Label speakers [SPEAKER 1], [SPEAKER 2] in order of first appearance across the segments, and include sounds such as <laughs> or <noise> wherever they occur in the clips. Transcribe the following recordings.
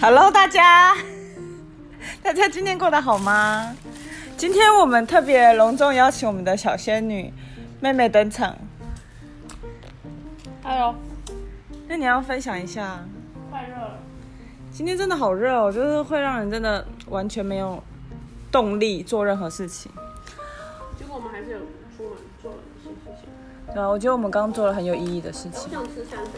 [SPEAKER 1] Hello，大家， <laughs> 大家今天过得好吗？今天我们特别隆重邀请我们的小仙女妹妹登场。
[SPEAKER 2] Hello，
[SPEAKER 1] 那你要分享一下，
[SPEAKER 2] 快热了。
[SPEAKER 1] 今天真的好热哦，就是会让人真的完全没有动力做任何事情。
[SPEAKER 2] 结果我们还是有出门做了一些事情。
[SPEAKER 1] 对啊，我觉得我们刚刚做了很有意义的事
[SPEAKER 2] 我
[SPEAKER 1] 情。
[SPEAKER 2] 想吃三颗，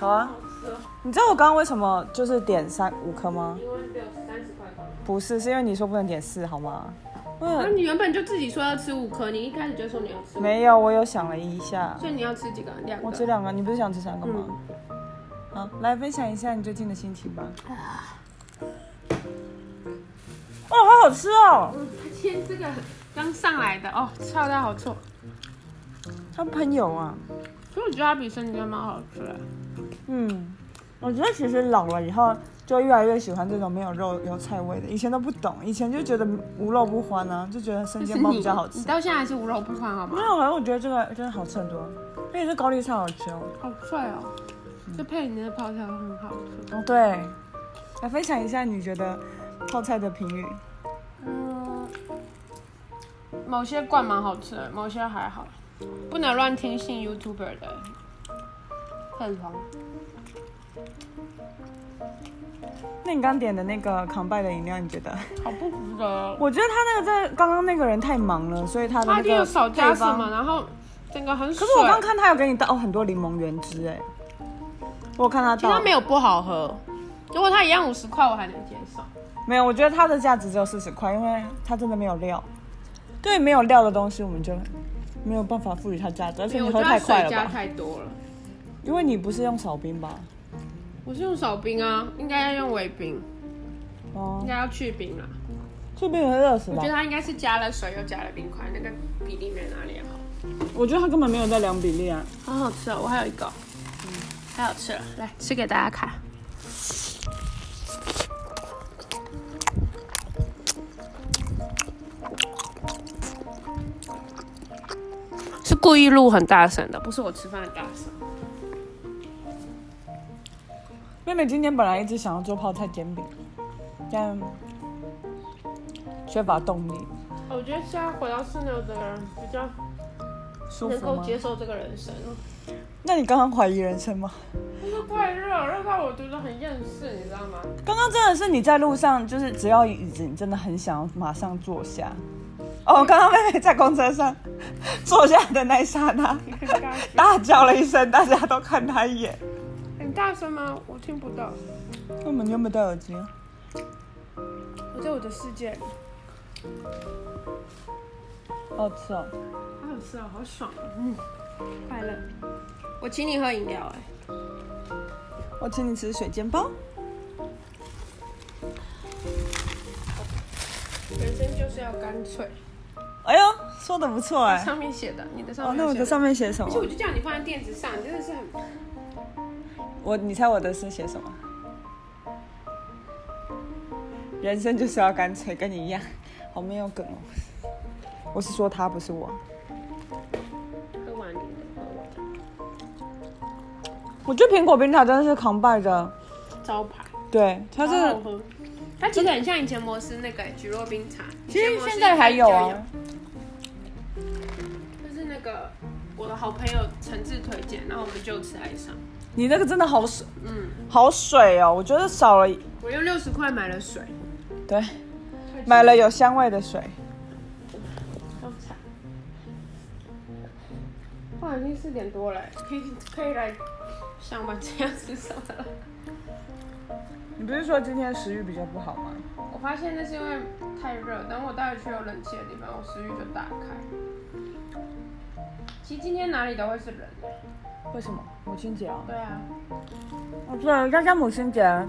[SPEAKER 1] 好啊，
[SPEAKER 2] 好吃哦，
[SPEAKER 1] 你知道我刚刚为什么就是点三五颗吗？
[SPEAKER 2] 因为只有三十块钱。
[SPEAKER 1] 不是，是因为你说不能点四，好吗？
[SPEAKER 2] 那
[SPEAKER 1] 嗯，
[SPEAKER 2] 你原本就自己说要吃五颗，你一开始就说你要吃，
[SPEAKER 1] 没有，我有想了一下，
[SPEAKER 2] 所以你要吃几个？两
[SPEAKER 1] 我吃
[SPEAKER 2] 个。
[SPEAKER 1] 两个，你不是想吃三个吗？
[SPEAKER 2] 嗯
[SPEAKER 1] 好，来分享一下你最近的心情吧。哦，好好吃哦！
[SPEAKER 2] 嗯，他先这个刚上来的哦，吃到它好臭。
[SPEAKER 1] 他喷油啊，
[SPEAKER 2] 所以我觉得它比生煎猫好吃。
[SPEAKER 1] 嗯，我觉得其实老了以后就越来越喜欢这种没有肉有菜味的。以前都不懂，以前就觉得无肉不欢呢、就觉得生
[SPEAKER 2] 就
[SPEAKER 1] 煎
[SPEAKER 2] 是
[SPEAKER 1] 包
[SPEAKER 2] 你，
[SPEAKER 1] 比较好吃
[SPEAKER 2] 你。到现在还是无肉不欢好
[SPEAKER 1] 没
[SPEAKER 2] 吗？
[SPEAKER 1] 有，反正我觉得这个真的好吃很多，那也是高丽菜好吃哦。
[SPEAKER 2] 好帅哦，就配你的泡菜很好吃。
[SPEAKER 1] 哦，对，来分享一下你觉得泡菜的评语。
[SPEAKER 2] 嗯，某些罐蛮好吃的，某些还好，不能乱听信 YouTuber 的很黄。
[SPEAKER 1] 那你刚点的那个康拜的饮料，你觉得？
[SPEAKER 2] 好不值得。
[SPEAKER 1] 我觉得他那个在刚刚那个人太忙了，所以他的
[SPEAKER 2] 他
[SPEAKER 1] 那
[SPEAKER 2] 一定有
[SPEAKER 1] 个
[SPEAKER 2] 少加什
[SPEAKER 1] 配
[SPEAKER 2] 么，
[SPEAKER 1] 方
[SPEAKER 2] 然后整个很
[SPEAKER 1] 可
[SPEAKER 2] 水。
[SPEAKER 1] 是我刚看他有给你倒哦很多柠檬原汁哎，我有看他
[SPEAKER 2] 其实它
[SPEAKER 1] 倒
[SPEAKER 2] 没有不好喝，如果它一样五十块，我还能接受。
[SPEAKER 1] 没有，我觉得它的价值只有四十块，因为它真的没有料。对于没有料的东西，我们就没有办法赋予它价值，而且
[SPEAKER 2] 因为
[SPEAKER 1] 你
[SPEAKER 2] 我
[SPEAKER 1] 喝
[SPEAKER 2] 觉
[SPEAKER 1] 太
[SPEAKER 2] 得它
[SPEAKER 1] 快
[SPEAKER 2] 水
[SPEAKER 1] 了
[SPEAKER 2] 加
[SPEAKER 1] 吧？
[SPEAKER 2] 太多了。
[SPEAKER 1] 因为你不是用少冰吧？
[SPEAKER 2] 我是用少冰啊，应该要用微冰，
[SPEAKER 1] 哦
[SPEAKER 2] 应，该要去冰啦。
[SPEAKER 1] 这边也会热死
[SPEAKER 2] 嗯我
[SPEAKER 1] 吧
[SPEAKER 2] 觉得？它应该是加了水又加了冰块，那个比例没哪里好。
[SPEAKER 1] 我觉得它根本没有在量比例啊。
[SPEAKER 2] 好好吃哦，我还有一个，太好吃了，来吃给大家看。是故意录很大声的，不是我吃饭的大声。
[SPEAKER 1] 妹妹今天本来一直想要做泡菜煎饼，但缺乏动力，
[SPEAKER 2] 我觉得现在回到室内的人比较
[SPEAKER 1] 舒
[SPEAKER 2] 能
[SPEAKER 1] 服
[SPEAKER 2] 够
[SPEAKER 1] 吗？
[SPEAKER 2] 接受这个人生，
[SPEAKER 1] 那你刚刚怀疑人生吗？
[SPEAKER 2] 因为太热，热到我觉得很厌世，你知道吗？
[SPEAKER 1] 刚刚真的是你在路上，就是只要椅子，你真的很想要马上坐下。哦，刚刚妹妹在公车上 <laughs> 坐下的那一刹那， <laughs> 大叫了一声，大家都看她一眼。
[SPEAKER 2] 很大声吗？我听不到，
[SPEAKER 1] 我们有没有戴耳机？啊
[SPEAKER 2] 我在我的世界里。
[SPEAKER 1] 好吃哦！
[SPEAKER 2] 好好吃哦，好爽哦，嗯，快乐。我请你喝饮料哎、
[SPEAKER 1] 我请你吃水煎包。
[SPEAKER 2] 人生就是要干脆。
[SPEAKER 1] 哎呦，说的不错哎。
[SPEAKER 2] 上面写的，你的上
[SPEAKER 1] 哦，
[SPEAKER 2] 面写
[SPEAKER 1] 那我的上面写什
[SPEAKER 2] 而且我
[SPEAKER 1] 么？
[SPEAKER 2] 就叫你放在垫子上，你真的是很
[SPEAKER 1] 我，你猜我的是写什么？人生就是要干脆，跟你一样，好没有梗哦。我是说他，不是我。
[SPEAKER 2] 喝完你的，喝完
[SPEAKER 1] 我觉得苹果冰塔真的是扛败的，
[SPEAKER 2] 招牌，
[SPEAKER 1] 对，它
[SPEAKER 2] 好
[SPEAKER 1] 是。
[SPEAKER 2] 好喝。它其实很像以前摩斯那个哎菊若冰茶，
[SPEAKER 1] 其
[SPEAKER 2] 以前
[SPEAKER 1] 实
[SPEAKER 2] 摩斯
[SPEAKER 1] 现在还有
[SPEAKER 2] 就
[SPEAKER 1] 啊，
[SPEAKER 2] 就是那个我的好朋友诚挚推荐，然后我们就此爱上。
[SPEAKER 1] 你那个真的好水，
[SPEAKER 2] 嗯，
[SPEAKER 1] 好水哦，我觉得少了，
[SPEAKER 2] 我用六十块买了水，
[SPEAKER 1] 对，买了有香味的水。
[SPEAKER 2] 好惨。哇，已经四点多了，可以可以来上班这样子上了。
[SPEAKER 1] 你不是说今天食欲比较不好吗？
[SPEAKER 2] 我发现那是因为太热，等我带回去有冷气的地方，我食欲就打开。其实今天哪里都会是人。
[SPEAKER 1] 为什么？母亲节啊？
[SPEAKER 2] 对啊，
[SPEAKER 1] 哦，对，刚刚母亲节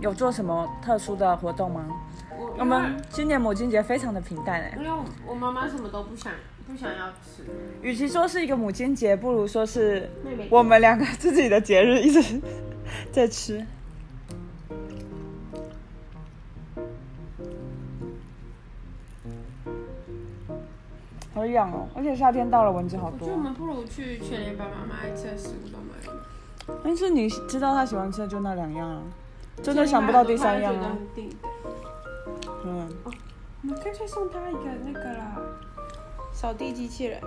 [SPEAKER 1] 有做什么特殊的活动吗？
[SPEAKER 2] 我
[SPEAKER 1] 我们今年母亲节非常的平淡哎
[SPEAKER 2] 因，为我我妈妈什么都不想不想要吃，
[SPEAKER 1] 与其说是一个母亲节，不如说是
[SPEAKER 2] 妹妹
[SPEAKER 1] 我们两个自己的节日，一
[SPEAKER 2] 嗯
[SPEAKER 1] 直在吃。好痒哦！而且夏天到了，蚊子好
[SPEAKER 2] 我觉
[SPEAKER 1] 多
[SPEAKER 2] 得我。们不如去全联把妈妈爱吃的食物都买了。
[SPEAKER 1] 哎但是你知道他喜欢吃的就那两样啊，真的想不到第三样啊。。
[SPEAKER 2] 啊
[SPEAKER 1] 嗯，
[SPEAKER 2] 我们干脆送他一个那个啦，扫地机器人，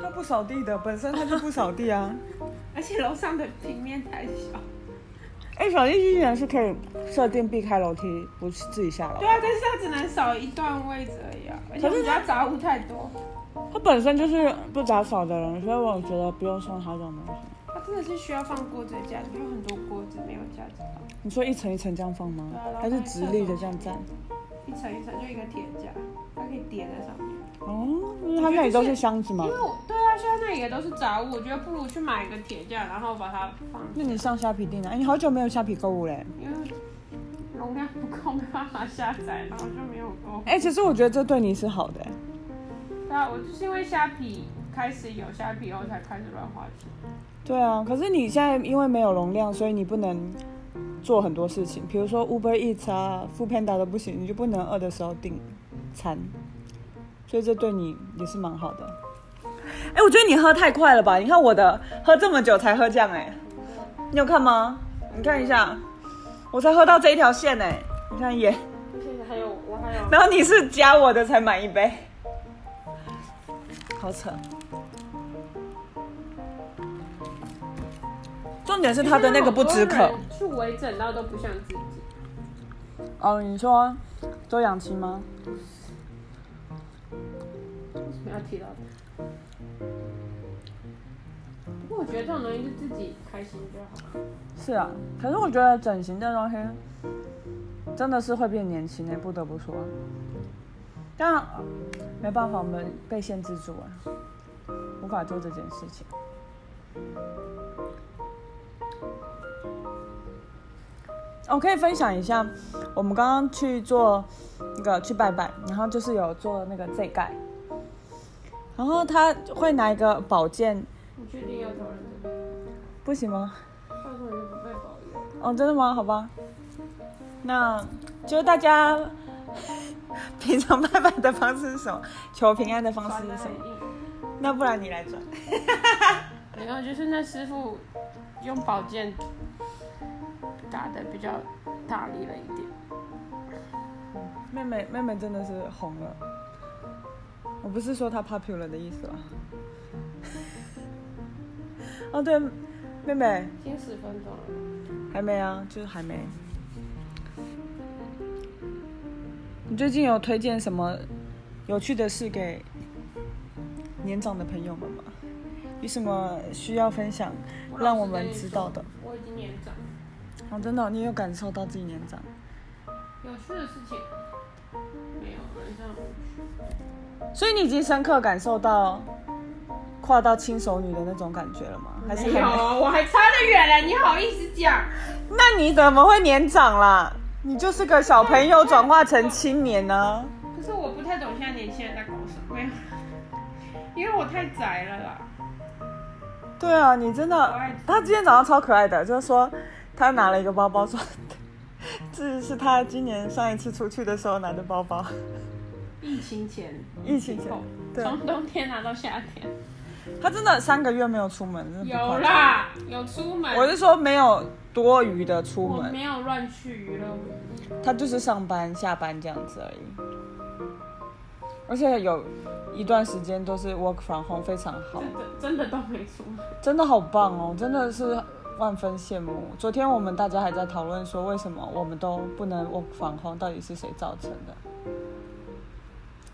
[SPEAKER 1] 他不扫地的，本身他就不扫地啊。
[SPEAKER 2] 而且楼上的平面太小。
[SPEAKER 1] <laughs> 哎、扫地机器人是可以设定避开楼梯，不是自己下楼
[SPEAKER 2] 对。啊，但是他只能扫一段位置而已啊，而且我们家杂物太多，
[SPEAKER 1] 他本身就是不咋扫的人，所以我觉得不用送他这种东西。
[SPEAKER 2] 他真的是需要放锅子的架子，有很多锅子没有架子放，
[SPEAKER 1] 你说一层一层这样放吗
[SPEAKER 2] 对啊然？后
[SPEAKER 1] 还是直立的这样站？
[SPEAKER 2] 一层一层就一个铁架，它可以叠在上面。
[SPEAKER 1] 哦，因为他那里都是箱子嘛
[SPEAKER 2] 因。为我对啊，现在那里也都是杂物，我觉得不如去买一个铁架，然后把它放，
[SPEAKER 1] 那你上虾皮订了？哎，你好久没有虾皮购物嘞。
[SPEAKER 2] 因为容量不够，没办法下载，然后就没有购。
[SPEAKER 1] 哎、其实我觉得这对你是好的、欸
[SPEAKER 2] 对啊，我就是因为虾皮开始有虾皮后才开始乱花钱。
[SPEAKER 1] 对啊，可是你现在因为没有容量，所以你不能做很多事情，比如说 Uber Eats 啊、f o o Panda 都不行，你就不能饿的时候订餐，所以这对你也是蛮好的。哎、我觉得你喝太快了吧？你看我的喝这么久才喝酱，哎，你有看吗？你看一下，我才喝到这一条线哎、你看也，
[SPEAKER 2] 而且还有我还有，
[SPEAKER 1] 然后你是加我的才满一杯，好扯。重点是他的那个不止渴。，
[SPEAKER 2] 去微整到都不像自己。
[SPEAKER 1] 哦，你说周扬青吗？
[SPEAKER 2] 为什么要提到它？不过我觉得这种东西是自己开心就好。
[SPEAKER 1] 是啊，可是我觉得整形这东西真的是会变年轻的，不得不说。但呃没办法，我们被限制住了，无法做这件事情。哦我、可以分享一下，我们刚刚去做那个去拜拜，然后就是有做那个 Z 盖，然后他会拿一个宝剑，
[SPEAKER 2] 你确定要找人这边？
[SPEAKER 1] 不行吗？
[SPEAKER 2] 到时候就不被保佑。
[SPEAKER 1] 哦，真的吗？好吧，那就大家 <laughs> 平常拜拜的方式是什么？求平安的方式
[SPEAKER 2] 得
[SPEAKER 1] 是什
[SPEAKER 2] 很
[SPEAKER 1] 么？
[SPEAKER 2] 硬。
[SPEAKER 1] 那不然你来转。
[SPEAKER 2] 没有，就是那师傅用宝剑打的比较大力了一点。
[SPEAKER 1] 妹妹，妹妹真的是红了。我不是说她 popular 的意思啊。哦，对，妹妹
[SPEAKER 2] 已经十分钟了，
[SPEAKER 1] 还没啊，就是还没。你最近有推荐什么有趣的事给年长的朋友们吗？有什么需要分享，让我们知道的？
[SPEAKER 2] 我已经年长。
[SPEAKER 1] 哦，真的哦、你有感受到自己年长？
[SPEAKER 2] 有趣的事情没有，晚上
[SPEAKER 1] 所以你已经深刻感受到跨到轻熟女的那种感觉了吗？还是
[SPEAKER 2] 没有，我还差得远嘞，你好意思讲？
[SPEAKER 1] 那你怎么会年长啦？你就是个小朋
[SPEAKER 2] <laughs>
[SPEAKER 1] 友转化成青年啊呢、
[SPEAKER 2] 可是我不太懂现在年轻人在搞什么，没有，因为我太宅了啦。
[SPEAKER 1] 对啊，你真的，他今天早上超可爱的，就是说他拿了一个包包说，这是他今年上一次出去的时候拿的包包。
[SPEAKER 2] 疫情前，
[SPEAKER 1] 疫情前
[SPEAKER 2] 后，
[SPEAKER 1] 对
[SPEAKER 2] 从冬天拿到夏天，
[SPEAKER 1] 他真的三个月没有出门，真的不
[SPEAKER 2] 有
[SPEAKER 1] 夸张。
[SPEAKER 2] 啦，有出门，
[SPEAKER 1] 我是说没有多余的出
[SPEAKER 2] 我
[SPEAKER 1] 门，
[SPEAKER 2] 没有乱去娱乐活动。
[SPEAKER 1] 他就是上班下班这样子而已。而且有一段时间都是 work from home，非常好。
[SPEAKER 2] 真的真的都没出门。
[SPEAKER 1] 真的好棒哦，真的是万分羡慕。昨天我们大家还在讨论说，为什么我们都不能 work from home，到底是谁造成的？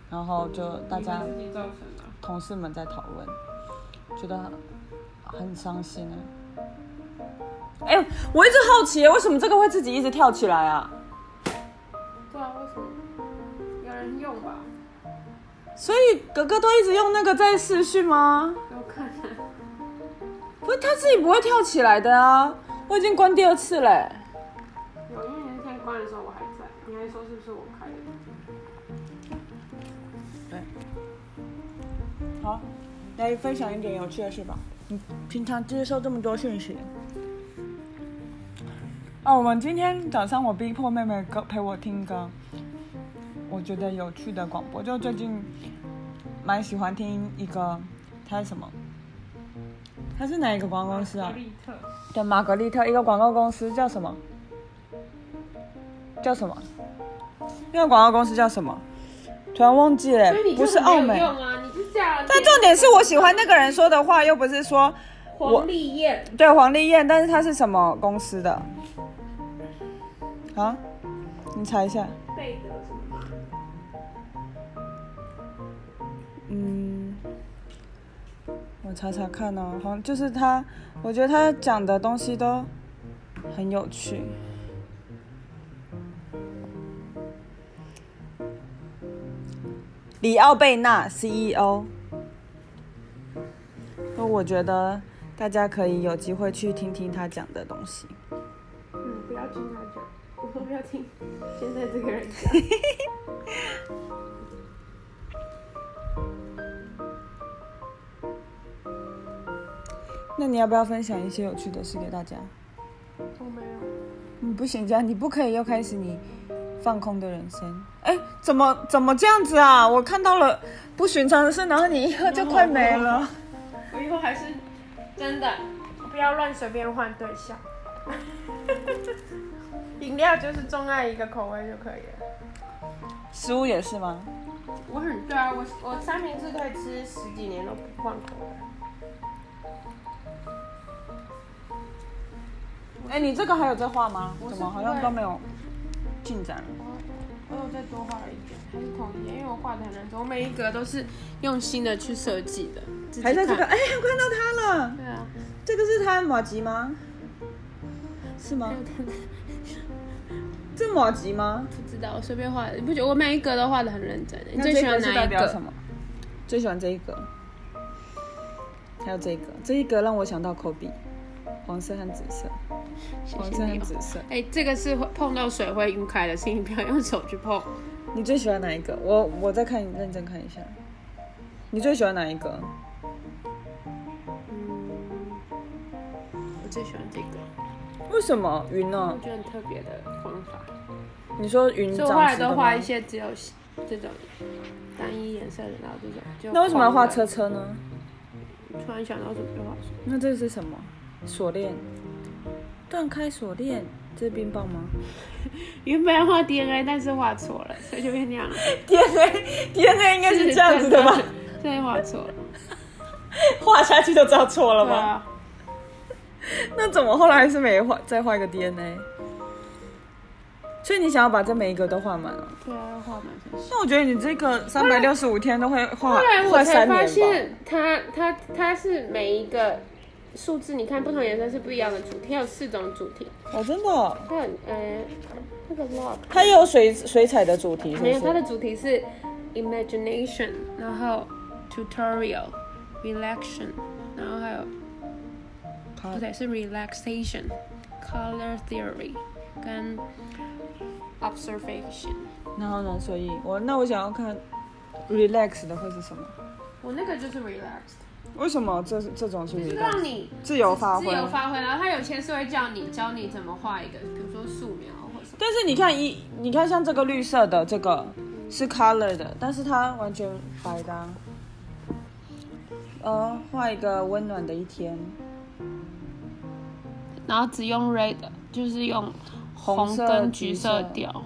[SPEAKER 1] 然后就大家
[SPEAKER 2] 你们自己造成的。
[SPEAKER 1] 同事们在讨论，觉得很伤心啊。哎、我一直好奇，为什么这个会自己一直跳起来啊？
[SPEAKER 2] 对啊，为什么？有人用吧？
[SPEAKER 1] 所以格格都一直用那个在试训吗？
[SPEAKER 2] 有可能。
[SPEAKER 1] 不是，他自己不会跳起来的啊！我已经关第二次嘞、
[SPEAKER 2] 有，因为那天关的时候我还在，你还说是不是我开的？
[SPEAKER 1] 好，来分享一点有趣的事吧。你平常接受这么多讯息。啊，我们今天早上我逼迫妹妹跟陪我听歌，我觉得有趣的广播，就最近蛮喜欢听一个，他是什么？他是哪一个广告公司啊
[SPEAKER 2] 玛格？丽特，
[SPEAKER 1] 对，玛格丽特，一个广告公司叫什么？叫什么？那个广告公司叫什么？突然忘记了
[SPEAKER 2] 所以，你就
[SPEAKER 1] 不是
[SPEAKER 2] 很没
[SPEAKER 1] 澳
[SPEAKER 2] 有
[SPEAKER 1] 美。
[SPEAKER 2] 用啊，你就这样。
[SPEAKER 1] 但重点是我喜欢那个人说的话，又不是说我
[SPEAKER 2] 黄丽燕，
[SPEAKER 1] 对黄丽燕，但是她是什么公司的？啊？你查一下。
[SPEAKER 2] 贝德什么的？
[SPEAKER 1] 嗯，我查查看哦，好像就是他，我觉得他讲的东西都很有趣。里奥贝纳 CEO，那我觉得大家可以有机会去听听他讲的东西。
[SPEAKER 2] 嗯，不要听他讲，我们不要听现在这个人讲。
[SPEAKER 1] 那你要不要分享一些有趣的事给大家？
[SPEAKER 2] 我没有。
[SPEAKER 1] 你嗯不行，这样你不可以又开始你放空的人生。哎，怎么怎么这样子啊？我看到了不寻常的事，然后你一个就快没了。
[SPEAKER 2] 我以后还是真的不要乱随便换对象。 <laughs> 饮料就是钟爱一个口味就可以了。
[SPEAKER 1] 食物也是吗？
[SPEAKER 2] 我很对啊，我我三明治可以吃十几年都不换口味。
[SPEAKER 1] 哎，你这个还有在画吗？
[SPEAKER 2] 我是
[SPEAKER 1] 怎么好
[SPEAKER 2] 不
[SPEAKER 1] 像
[SPEAKER 2] 会
[SPEAKER 1] 都没有进展了？
[SPEAKER 2] 我有再多画了一点，还是同一点，因为我画的很认真，我每一格都是用心的去设计的。自己
[SPEAKER 1] 还在这个？
[SPEAKER 2] 看？
[SPEAKER 1] 哎，我看到它了，
[SPEAKER 2] 对啊，
[SPEAKER 1] 这个是它的马吉吗？是吗？这马吉吗？
[SPEAKER 2] 不知道，我随便画的，你不觉得我每一格都画的很认真？你
[SPEAKER 1] 那
[SPEAKER 2] 最
[SPEAKER 1] 这
[SPEAKER 2] 喜欢
[SPEAKER 1] 个是
[SPEAKER 2] 哪
[SPEAKER 1] 代
[SPEAKER 2] 一
[SPEAKER 1] 表什
[SPEAKER 2] 个？
[SPEAKER 1] 么？最喜欢这一格，还有这一格，这一格让我想到科比，黄色和紫色。
[SPEAKER 2] 谢
[SPEAKER 1] 黄色
[SPEAKER 2] 谢你
[SPEAKER 1] 和
[SPEAKER 2] 哦。
[SPEAKER 1] 紫色。
[SPEAKER 2] 哎、这个是会碰到水会晕开的，请你不要用手去碰。
[SPEAKER 1] 你最喜欢哪一个？我我再看认真看一下。你最喜欢哪一个？
[SPEAKER 2] 嗯，我最喜欢这个，
[SPEAKER 1] 为什么云
[SPEAKER 2] 我
[SPEAKER 1] 呢？
[SPEAKER 2] 觉得很特别的方法。
[SPEAKER 1] 你说云
[SPEAKER 2] 所以我后
[SPEAKER 1] 长
[SPEAKER 2] 来
[SPEAKER 1] 直的
[SPEAKER 2] 都
[SPEAKER 1] 吗
[SPEAKER 2] 画一？些只有这种单一颜色的，然后这种就。
[SPEAKER 1] 那为什么要画车？车呢？
[SPEAKER 2] 突然想到什么就画什么。
[SPEAKER 1] 那这是什么？锁链，断开锁链，这是冰棒吗
[SPEAKER 2] 原本要画 DNA，但是画错了，所以就变那样了。
[SPEAKER 1] ？DNA DNA 应该 <laughs> 是这样子的
[SPEAKER 2] <laughs>
[SPEAKER 1] 吧？
[SPEAKER 2] 所以画错了。
[SPEAKER 1] <laughs> 画下去就知道错了
[SPEAKER 2] 对
[SPEAKER 1] 吧？
[SPEAKER 2] 啊，
[SPEAKER 1] 那怎么后来还是没画？再画一个 DNA？所以你想要把这每一个都画满哦？
[SPEAKER 2] 对啊，要画满才行。
[SPEAKER 1] 那我觉得你这个三百六十五天都会画
[SPEAKER 2] 后来，我
[SPEAKER 1] 画
[SPEAKER 2] 才
[SPEAKER 1] 三年
[SPEAKER 2] 发
[SPEAKER 1] 吧。
[SPEAKER 2] 现它，它它是每一个数字，你看不同颜色是不一样的主题，它有四种主题。
[SPEAKER 1] 哦，真的哦、
[SPEAKER 2] 它很呃，那个 log
[SPEAKER 1] 它也有水水彩的主题，是不
[SPEAKER 2] 没有，
[SPEAKER 1] 是？
[SPEAKER 2] 它的主题是 imagination，然后 tutorial、relaxation，然后还有不对是 relaxation、color theory 跟 observation。
[SPEAKER 1] 然后呢？所以我那我想要看 relax 的会是什么？
[SPEAKER 2] 我那个就是 relaxed，
[SPEAKER 1] 为什么这这种是
[SPEAKER 2] 就是
[SPEAKER 1] relax？
[SPEAKER 2] 让你
[SPEAKER 1] 自由发
[SPEAKER 2] 自
[SPEAKER 1] 挥。
[SPEAKER 2] 由发挥，然后它有些是会教你教你怎么画一个，比如说素描或什么。
[SPEAKER 1] 但是你看一，你看像这个绿色的这个是 color 的，但是它完全白的、啊。呃，画一个温暖的一天，
[SPEAKER 2] 然后只用 red，就是用
[SPEAKER 1] 红色
[SPEAKER 2] 跟橘
[SPEAKER 1] 色
[SPEAKER 2] 色。调。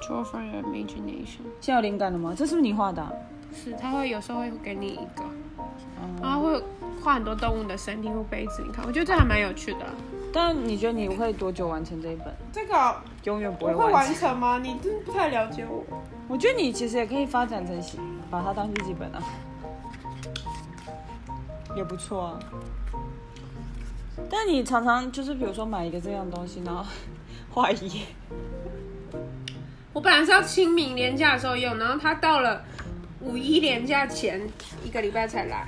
[SPEAKER 2] Draw from your imagination，
[SPEAKER 1] 现在有灵感了吗？这是不是你画的啊、
[SPEAKER 2] 是它会有时候会给你一个，然后会画很多动物的身体或杯子，你看，我觉得这还蛮有趣的。
[SPEAKER 1] 但你觉得你会多久完成这一本？
[SPEAKER 2] 这个
[SPEAKER 1] 永远不会完成。
[SPEAKER 2] 成吗？你真的不太了解我。
[SPEAKER 1] 我觉得你其实也可以发展成，把它当日记本啊，也不错啊。但你常常就是比如说买一个这样东西，然后画一页，
[SPEAKER 2] 我本来是要清明年假的时候用，然后它到了五一年假前一个礼拜才来。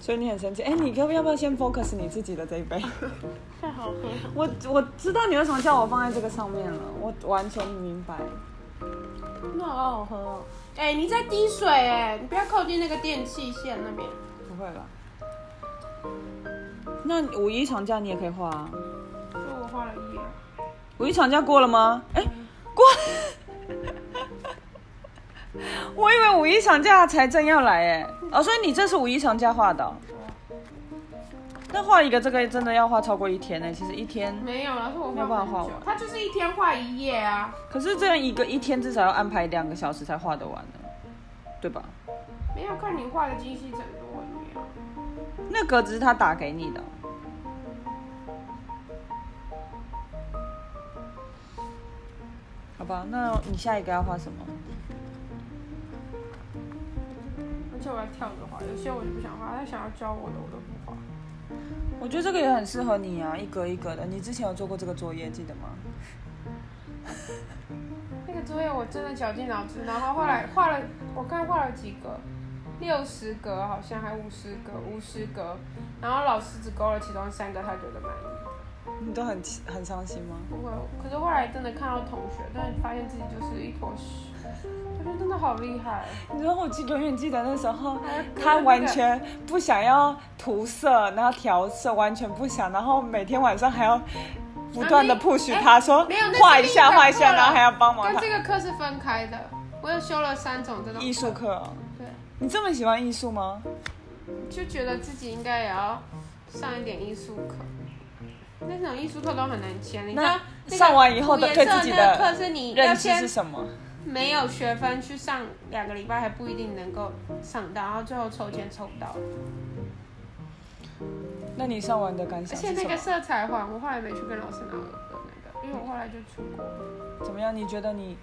[SPEAKER 1] 所以你很生气。哎，你要不要不要先 focus 你自己的这一杯？ <laughs>
[SPEAKER 2] 太好喝了。
[SPEAKER 1] 我我知道你为什么叫我放在这个上面了，我完全明白。
[SPEAKER 2] 那好好喝哦！哎、你在滴水哎、你不要靠近那个电器线那边。
[SPEAKER 1] 不会吧？那五一长假你也可以画啊。
[SPEAKER 2] 所以我画了一页。
[SPEAKER 1] 五一长假过了吗？哎、过了。 <laughs> 我以为五一长假才正要来哎、哦，所以你这是五一长假画的哦、那画一个这个真的要画超过一天呢、其实一天，
[SPEAKER 2] 没有了，是我
[SPEAKER 1] 没有办法画
[SPEAKER 2] 画很久，他就是一天画一页啊，
[SPEAKER 1] 可是这样一个一天至少要安排两个小时才画得完呢，对吧？
[SPEAKER 2] 没有看你画的精细程度我没有。
[SPEAKER 1] 那格子是他打给你的哦、好吧，那你下一个要画什么？
[SPEAKER 2] 而且我要跳着画，有些我就不想画，他想要教我的我都不画。
[SPEAKER 1] 我觉得这个也很适合你啊，一格一格的。你之前有做过这个作业，记得吗？
[SPEAKER 2] 那个作业我真的绞尽脑汁，然后后来画了，我看画了几个，六十格好像还五十格，五十格，然后老师只勾了其中三个，他觉得满意。
[SPEAKER 1] 你都很很伤心吗？
[SPEAKER 2] 不会，可是后来真的看到同学，但是发现自己就是一坨屎，我觉得真的好厉害。
[SPEAKER 1] 你知道我记永远记得那时候，
[SPEAKER 2] 还要
[SPEAKER 1] 他
[SPEAKER 2] 跟
[SPEAKER 1] 完
[SPEAKER 2] 那个
[SPEAKER 1] 全不想要涂色，然后调色，完全不想，然后每天晚上还要不断的
[SPEAKER 2] 啊你
[SPEAKER 1] push
[SPEAKER 2] 哎
[SPEAKER 1] 他说
[SPEAKER 2] 没有那是
[SPEAKER 1] 画一下
[SPEAKER 2] 另一个
[SPEAKER 1] 画一下，
[SPEAKER 2] 课了
[SPEAKER 1] 然后还要帮忙
[SPEAKER 2] 跟
[SPEAKER 1] 他
[SPEAKER 2] 这个课是分开的，我有修了三种这种
[SPEAKER 1] 艺术课哦。
[SPEAKER 2] 对，
[SPEAKER 1] 你这么喜欢艺术吗？
[SPEAKER 2] 就觉得自己应该也要上一点艺术课。那种艺术课都很难签，你知道
[SPEAKER 1] 那
[SPEAKER 2] 那个
[SPEAKER 1] 上完以后
[SPEAKER 2] 涂
[SPEAKER 1] 的
[SPEAKER 2] 颜
[SPEAKER 1] 对
[SPEAKER 2] 色
[SPEAKER 1] 自己
[SPEAKER 2] 那个
[SPEAKER 1] 的
[SPEAKER 2] 课是你要
[SPEAKER 1] 认知
[SPEAKER 2] 先
[SPEAKER 1] 是什么？
[SPEAKER 2] 没有学分去上两个礼拜还不一定能够上到，然后最后抽签抽到，
[SPEAKER 1] 那你上完的感
[SPEAKER 2] 而
[SPEAKER 1] 想
[SPEAKER 2] 且
[SPEAKER 1] 是什
[SPEAKER 2] 那个
[SPEAKER 1] 么？
[SPEAKER 2] 色彩环我后来没去跟老师拿我的那个，因为我后来就出国，
[SPEAKER 1] 怎么样？你觉得你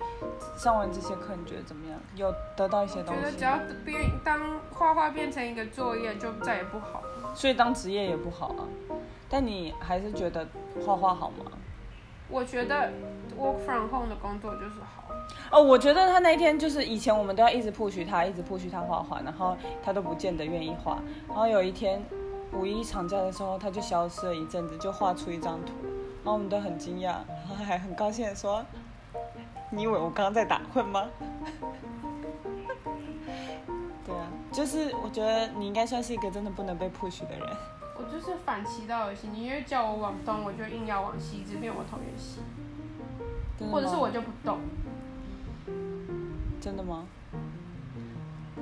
[SPEAKER 1] 上完这些课，你觉得怎么样？有得到一些东
[SPEAKER 2] 觉得
[SPEAKER 1] 西
[SPEAKER 2] 只？要变当画画变成一个作业就再也不好。
[SPEAKER 1] 所以当职业也不好啊。但你还是觉得画画好吗？
[SPEAKER 2] 我觉得 work from home 的工作就是好，
[SPEAKER 1] 哦，我觉得他那天就是以前我们都要一直 push 他，一直 push 他画画，然后他都不见得愿意画。然后有一天五一长假的时候，他就消失了一阵子，就画出一张图，然后我们都很惊讶，然后还很高兴的说：“你以为我刚刚在打混吗？” <laughs> 对啊，就是我觉得你应该算是一个真的不能被 push 的人。
[SPEAKER 2] 我就是反其道而行，你越叫我往东，我就硬要往西，即便我同源西，
[SPEAKER 1] 真的吗
[SPEAKER 2] 或者是我就不动。
[SPEAKER 1] 真的吗？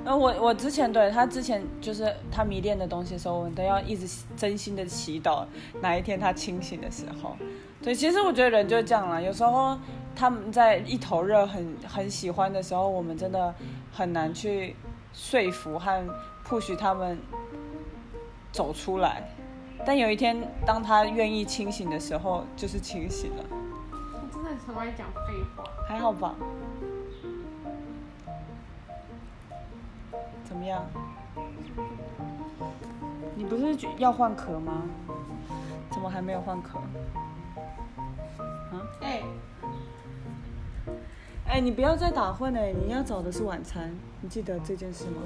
[SPEAKER 1] 那我我之前对他之前就是他迷恋的东西的时候，我们都要一直真心的祈祷哪一天他清醒的时候。对，其实我觉得人就是这样啦，有时候他们在一头热很很喜欢的时候，我们真的很难去说服和 push 他们走出来。但有一天，当他愿意清醒的时候，就是清醒了，
[SPEAKER 2] 你真的很爱讲废话。
[SPEAKER 1] 还好吧？怎么样？你不是要换壳吗？怎么还没有换壳？
[SPEAKER 2] 哎、
[SPEAKER 1] 哎、你不要再打混了，欸你要找的是晚餐，你记得这件事吗？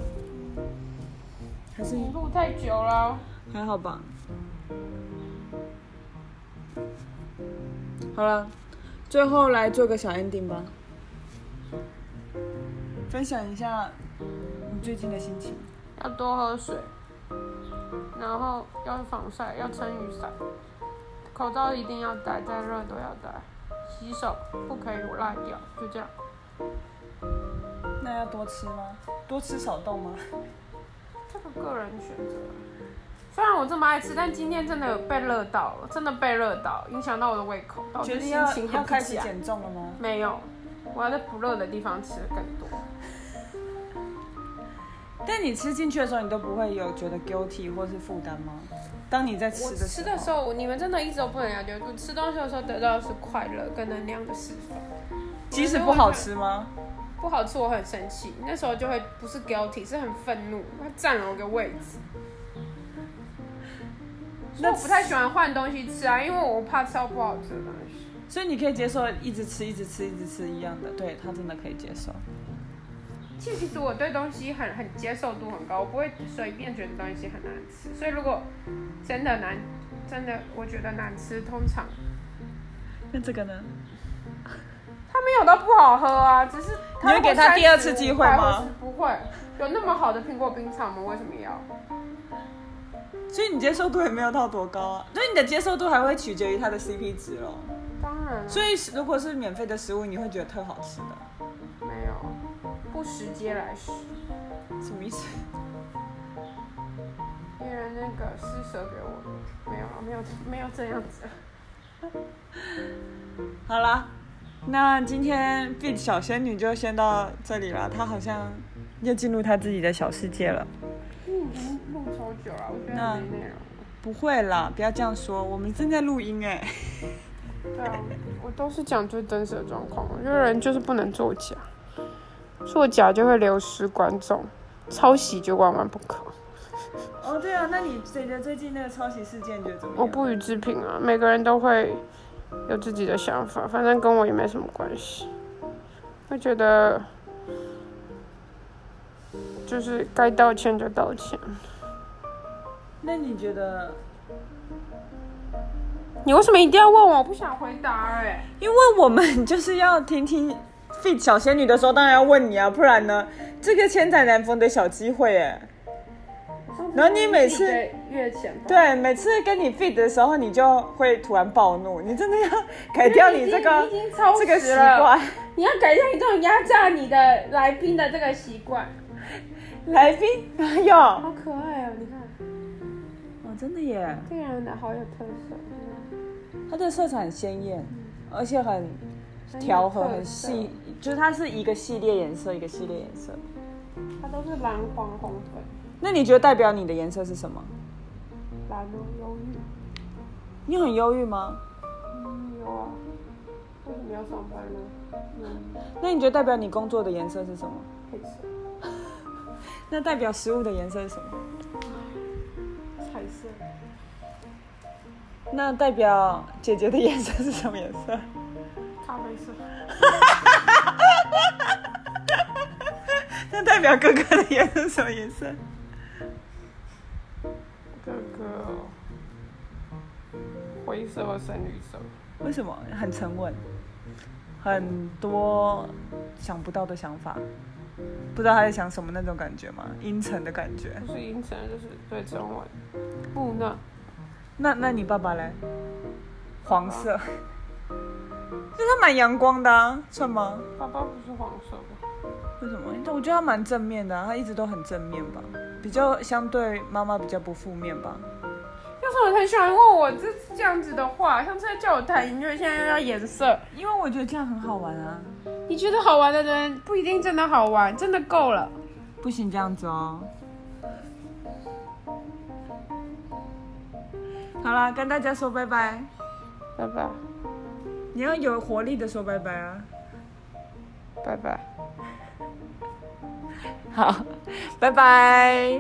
[SPEAKER 1] 还是
[SPEAKER 2] 你录太久了。
[SPEAKER 1] 还好吧？好了，最后来做个小 ending 吧，分享一下你最近的心情。
[SPEAKER 2] 要多喝水，然后要防晒，要撑雨伞，口罩一定要戴，再热都要戴，洗手不可以乱咬，就这样。
[SPEAKER 1] 那要多吃吗？多吃少动吗？
[SPEAKER 2] 这个个人选择。虽然我这么爱吃，但今天真的有被热到了，真的被热到，影响到我的胃口，导
[SPEAKER 1] 决
[SPEAKER 2] 致
[SPEAKER 1] 定
[SPEAKER 2] 哦心
[SPEAKER 1] 要
[SPEAKER 2] 情很
[SPEAKER 1] 要
[SPEAKER 2] 不
[SPEAKER 1] 开始
[SPEAKER 2] 佳。
[SPEAKER 1] 减重了吗？
[SPEAKER 2] 没有，我要在不热的地方吃更多。
[SPEAKER 1] 但你吃进去的时候，你都不会有觉得 guilty 或是负担吗？当你在吃
[SPEAKER 2] 我
[SPEAKER 1] 的时候，
[SPEAKER 2] 吃的时候，你们真的一直都不能了解，我吃东西的时候得到的是快乐跟能量的释放。
[SPEAKER 1] 即使不好吃吗？
[SPEAKER 2] 不好吃，我很生气。那时候就会不是 guilty，是很愤怒，它占了我个位置。所以我不太喜欢换东西吃啊，因为我怕吃到不好吃的东西。
[SPEAKER 1] 所以你可以接受一直吃、一直吃、一直吃一样的，对他真的可以接受。
[SPEAKER 2] 其实，其实我对东西很很接受度很高，我不会随便觉得东西很难吃。所以如果真的难，真的我觉得难吃，通常
[SPEAKER 1] 那这个呢？
[SPEAKER 2] 它没有到不好喝啊，只是它
[SPEAKER 1] 你会给它第二次机会吗？
[SPEAKER 2] 不会，有那么好的苹果冰茶，我们为什么要？
[SPEAKER 1] 所以你接受度也没有到多高啊，所以你的接受度还会取决于它的 CP 值咯。
[SPEAKER 2] 当然了。
[SPEAKER 1] 所以如果是免费的食物，你会觉得特好吃的，
[SPEAKER 2] 没有，不时皆来时。
[SPEAKER 1] 什么意思？
[SPEAKER 2] 别人的那个施舍给我的，没有啊，没有没有这样子。
[SPEAKER 1] 好啦，那今天 B 小仙女就先到这里了，她好像又进入她自己的小世界了。
[SPEAKER 2] 嗯，录录超久了，我觉
[SPEAKER 1] 那
[SPEAKER 2] 得没内容了。
[SPEAKER 1] 不会啦，不要这样说，我们正在录音哎。
[SPEAKER 2] 对啊，我都是讲最真实的状况，我觉得人就是不能作假，作假就会流失观众，抄袭就万万不可。
[SPEAKER 1] 哦，对啊，那你觉得最近那个抄袭事件觉得怎么样？
[SPEAKER 2] 我不予置评啊，每个人都会有自己的想法，反正跟我也没什么关系。我觉得就是该道歉就道歉。
[SPEAKER 1] 那你觉得？
[SPEAKER 2] 你为什么一定要问我？我不想回答哎、
[SPEAKER 1] 因为我们就是要听听 fit 小仙女的时候，当然要问你啊，不然呢，这个千载难逢的小机会哎。然后你每次
[SPEAKER 2] 月前吧，
[SPEAKER 1] 对，每次跟你 fit 的时候，你就会突然暴怒，你真的要改掉你 <laughs> 这个
[SPEAKER 2] 已经已经超
[SPEAKER 1] 这个习
[SPEAKER 2] 时了
[SPEAKER 1] 惯。
[SPEAKER 2] 你要改掉你这种压榨你的来宾的这个习惯。
[SPEAKER 1] 来宾哪有？
[SPEAKER 2] 好可爱哦、你看
[SPEAKER 1] 哦，真的耶，
[SPEAKER 2] 这个人的好有特色，
[SPEAKER 1] 它的色彩很鲜艳，而且很
[SPEAKER 2] 嗯很有
[SPEAKER 1] 调和、
[SPEAKER 2] 特色
[SPEAKER 1] 很细，就是它是一个系列颜色，一个系列颜色。
[SPEAKER 2] 它都是蓝黄红粉，
[SPEAKER 1] 那你觉得代表你的颜色是什么？
[SPEAKER 2] 蓝哦忧郁。
[SPEAKER 1] 你很忧郁吗？
[SPEAKER 2] 嗯，有啊。为什么要上班呢？嗯，
[SPEAKER 1] 那你觉得代表你工作的颜色是什么？
[SPEAKER 2] 配色，
[SPEAKER 1] 那代表食物的颜色是什么？
[SPEAKER 2] 彩色，
[SPEAKER 1] 那代表姐姐的颜色是什么颜色？
[SPEAKER 2] 咖啡色，
[SPEAKER 1] 那代表哥哥的颜色是什么颜色？
[SPEAKER 2] 哥哥，灰色和深绿色。
[SPEAKER 1] 为什么很沉稳？很多想不到的想法，不知道他在想什么那种感觉吗？阴沉的感觉。
[SPEAKER 2] 不是阴沉，就是对中文。木讷，
[SPEAKER 1] 那那你爸爸嘞？黄色，就是他蛮阳光的、啊，算吗？
[SPEAKER 2] 爸爸不是黄色吗？
[SPEAKER 1] 为什么？但我觉得他蛮正面的、啊，他一直都很正面吧，比较相对妈妈比较不负面吧。
[SPEAKER 2] 要是我很喜欢问我这这样子的话，上次还叫我谈音乐，现在又要颜色。
[SPEAKER 1] 因为我觉得这样很好玩啊，
[SPEAKER 2] 你觉得好玩的人不一定真的好玩，真的够了。
[SPEAKER 1] 不行这样子哦。好啦，跟大家说拜拜，
[SPEAKER 2] 拜拜，
[SPEAKER 1] 你要有活力的说拜拜啊。
[SPEAKER 2] 拜拜。
[SPEAKER 1] 好，拜拜。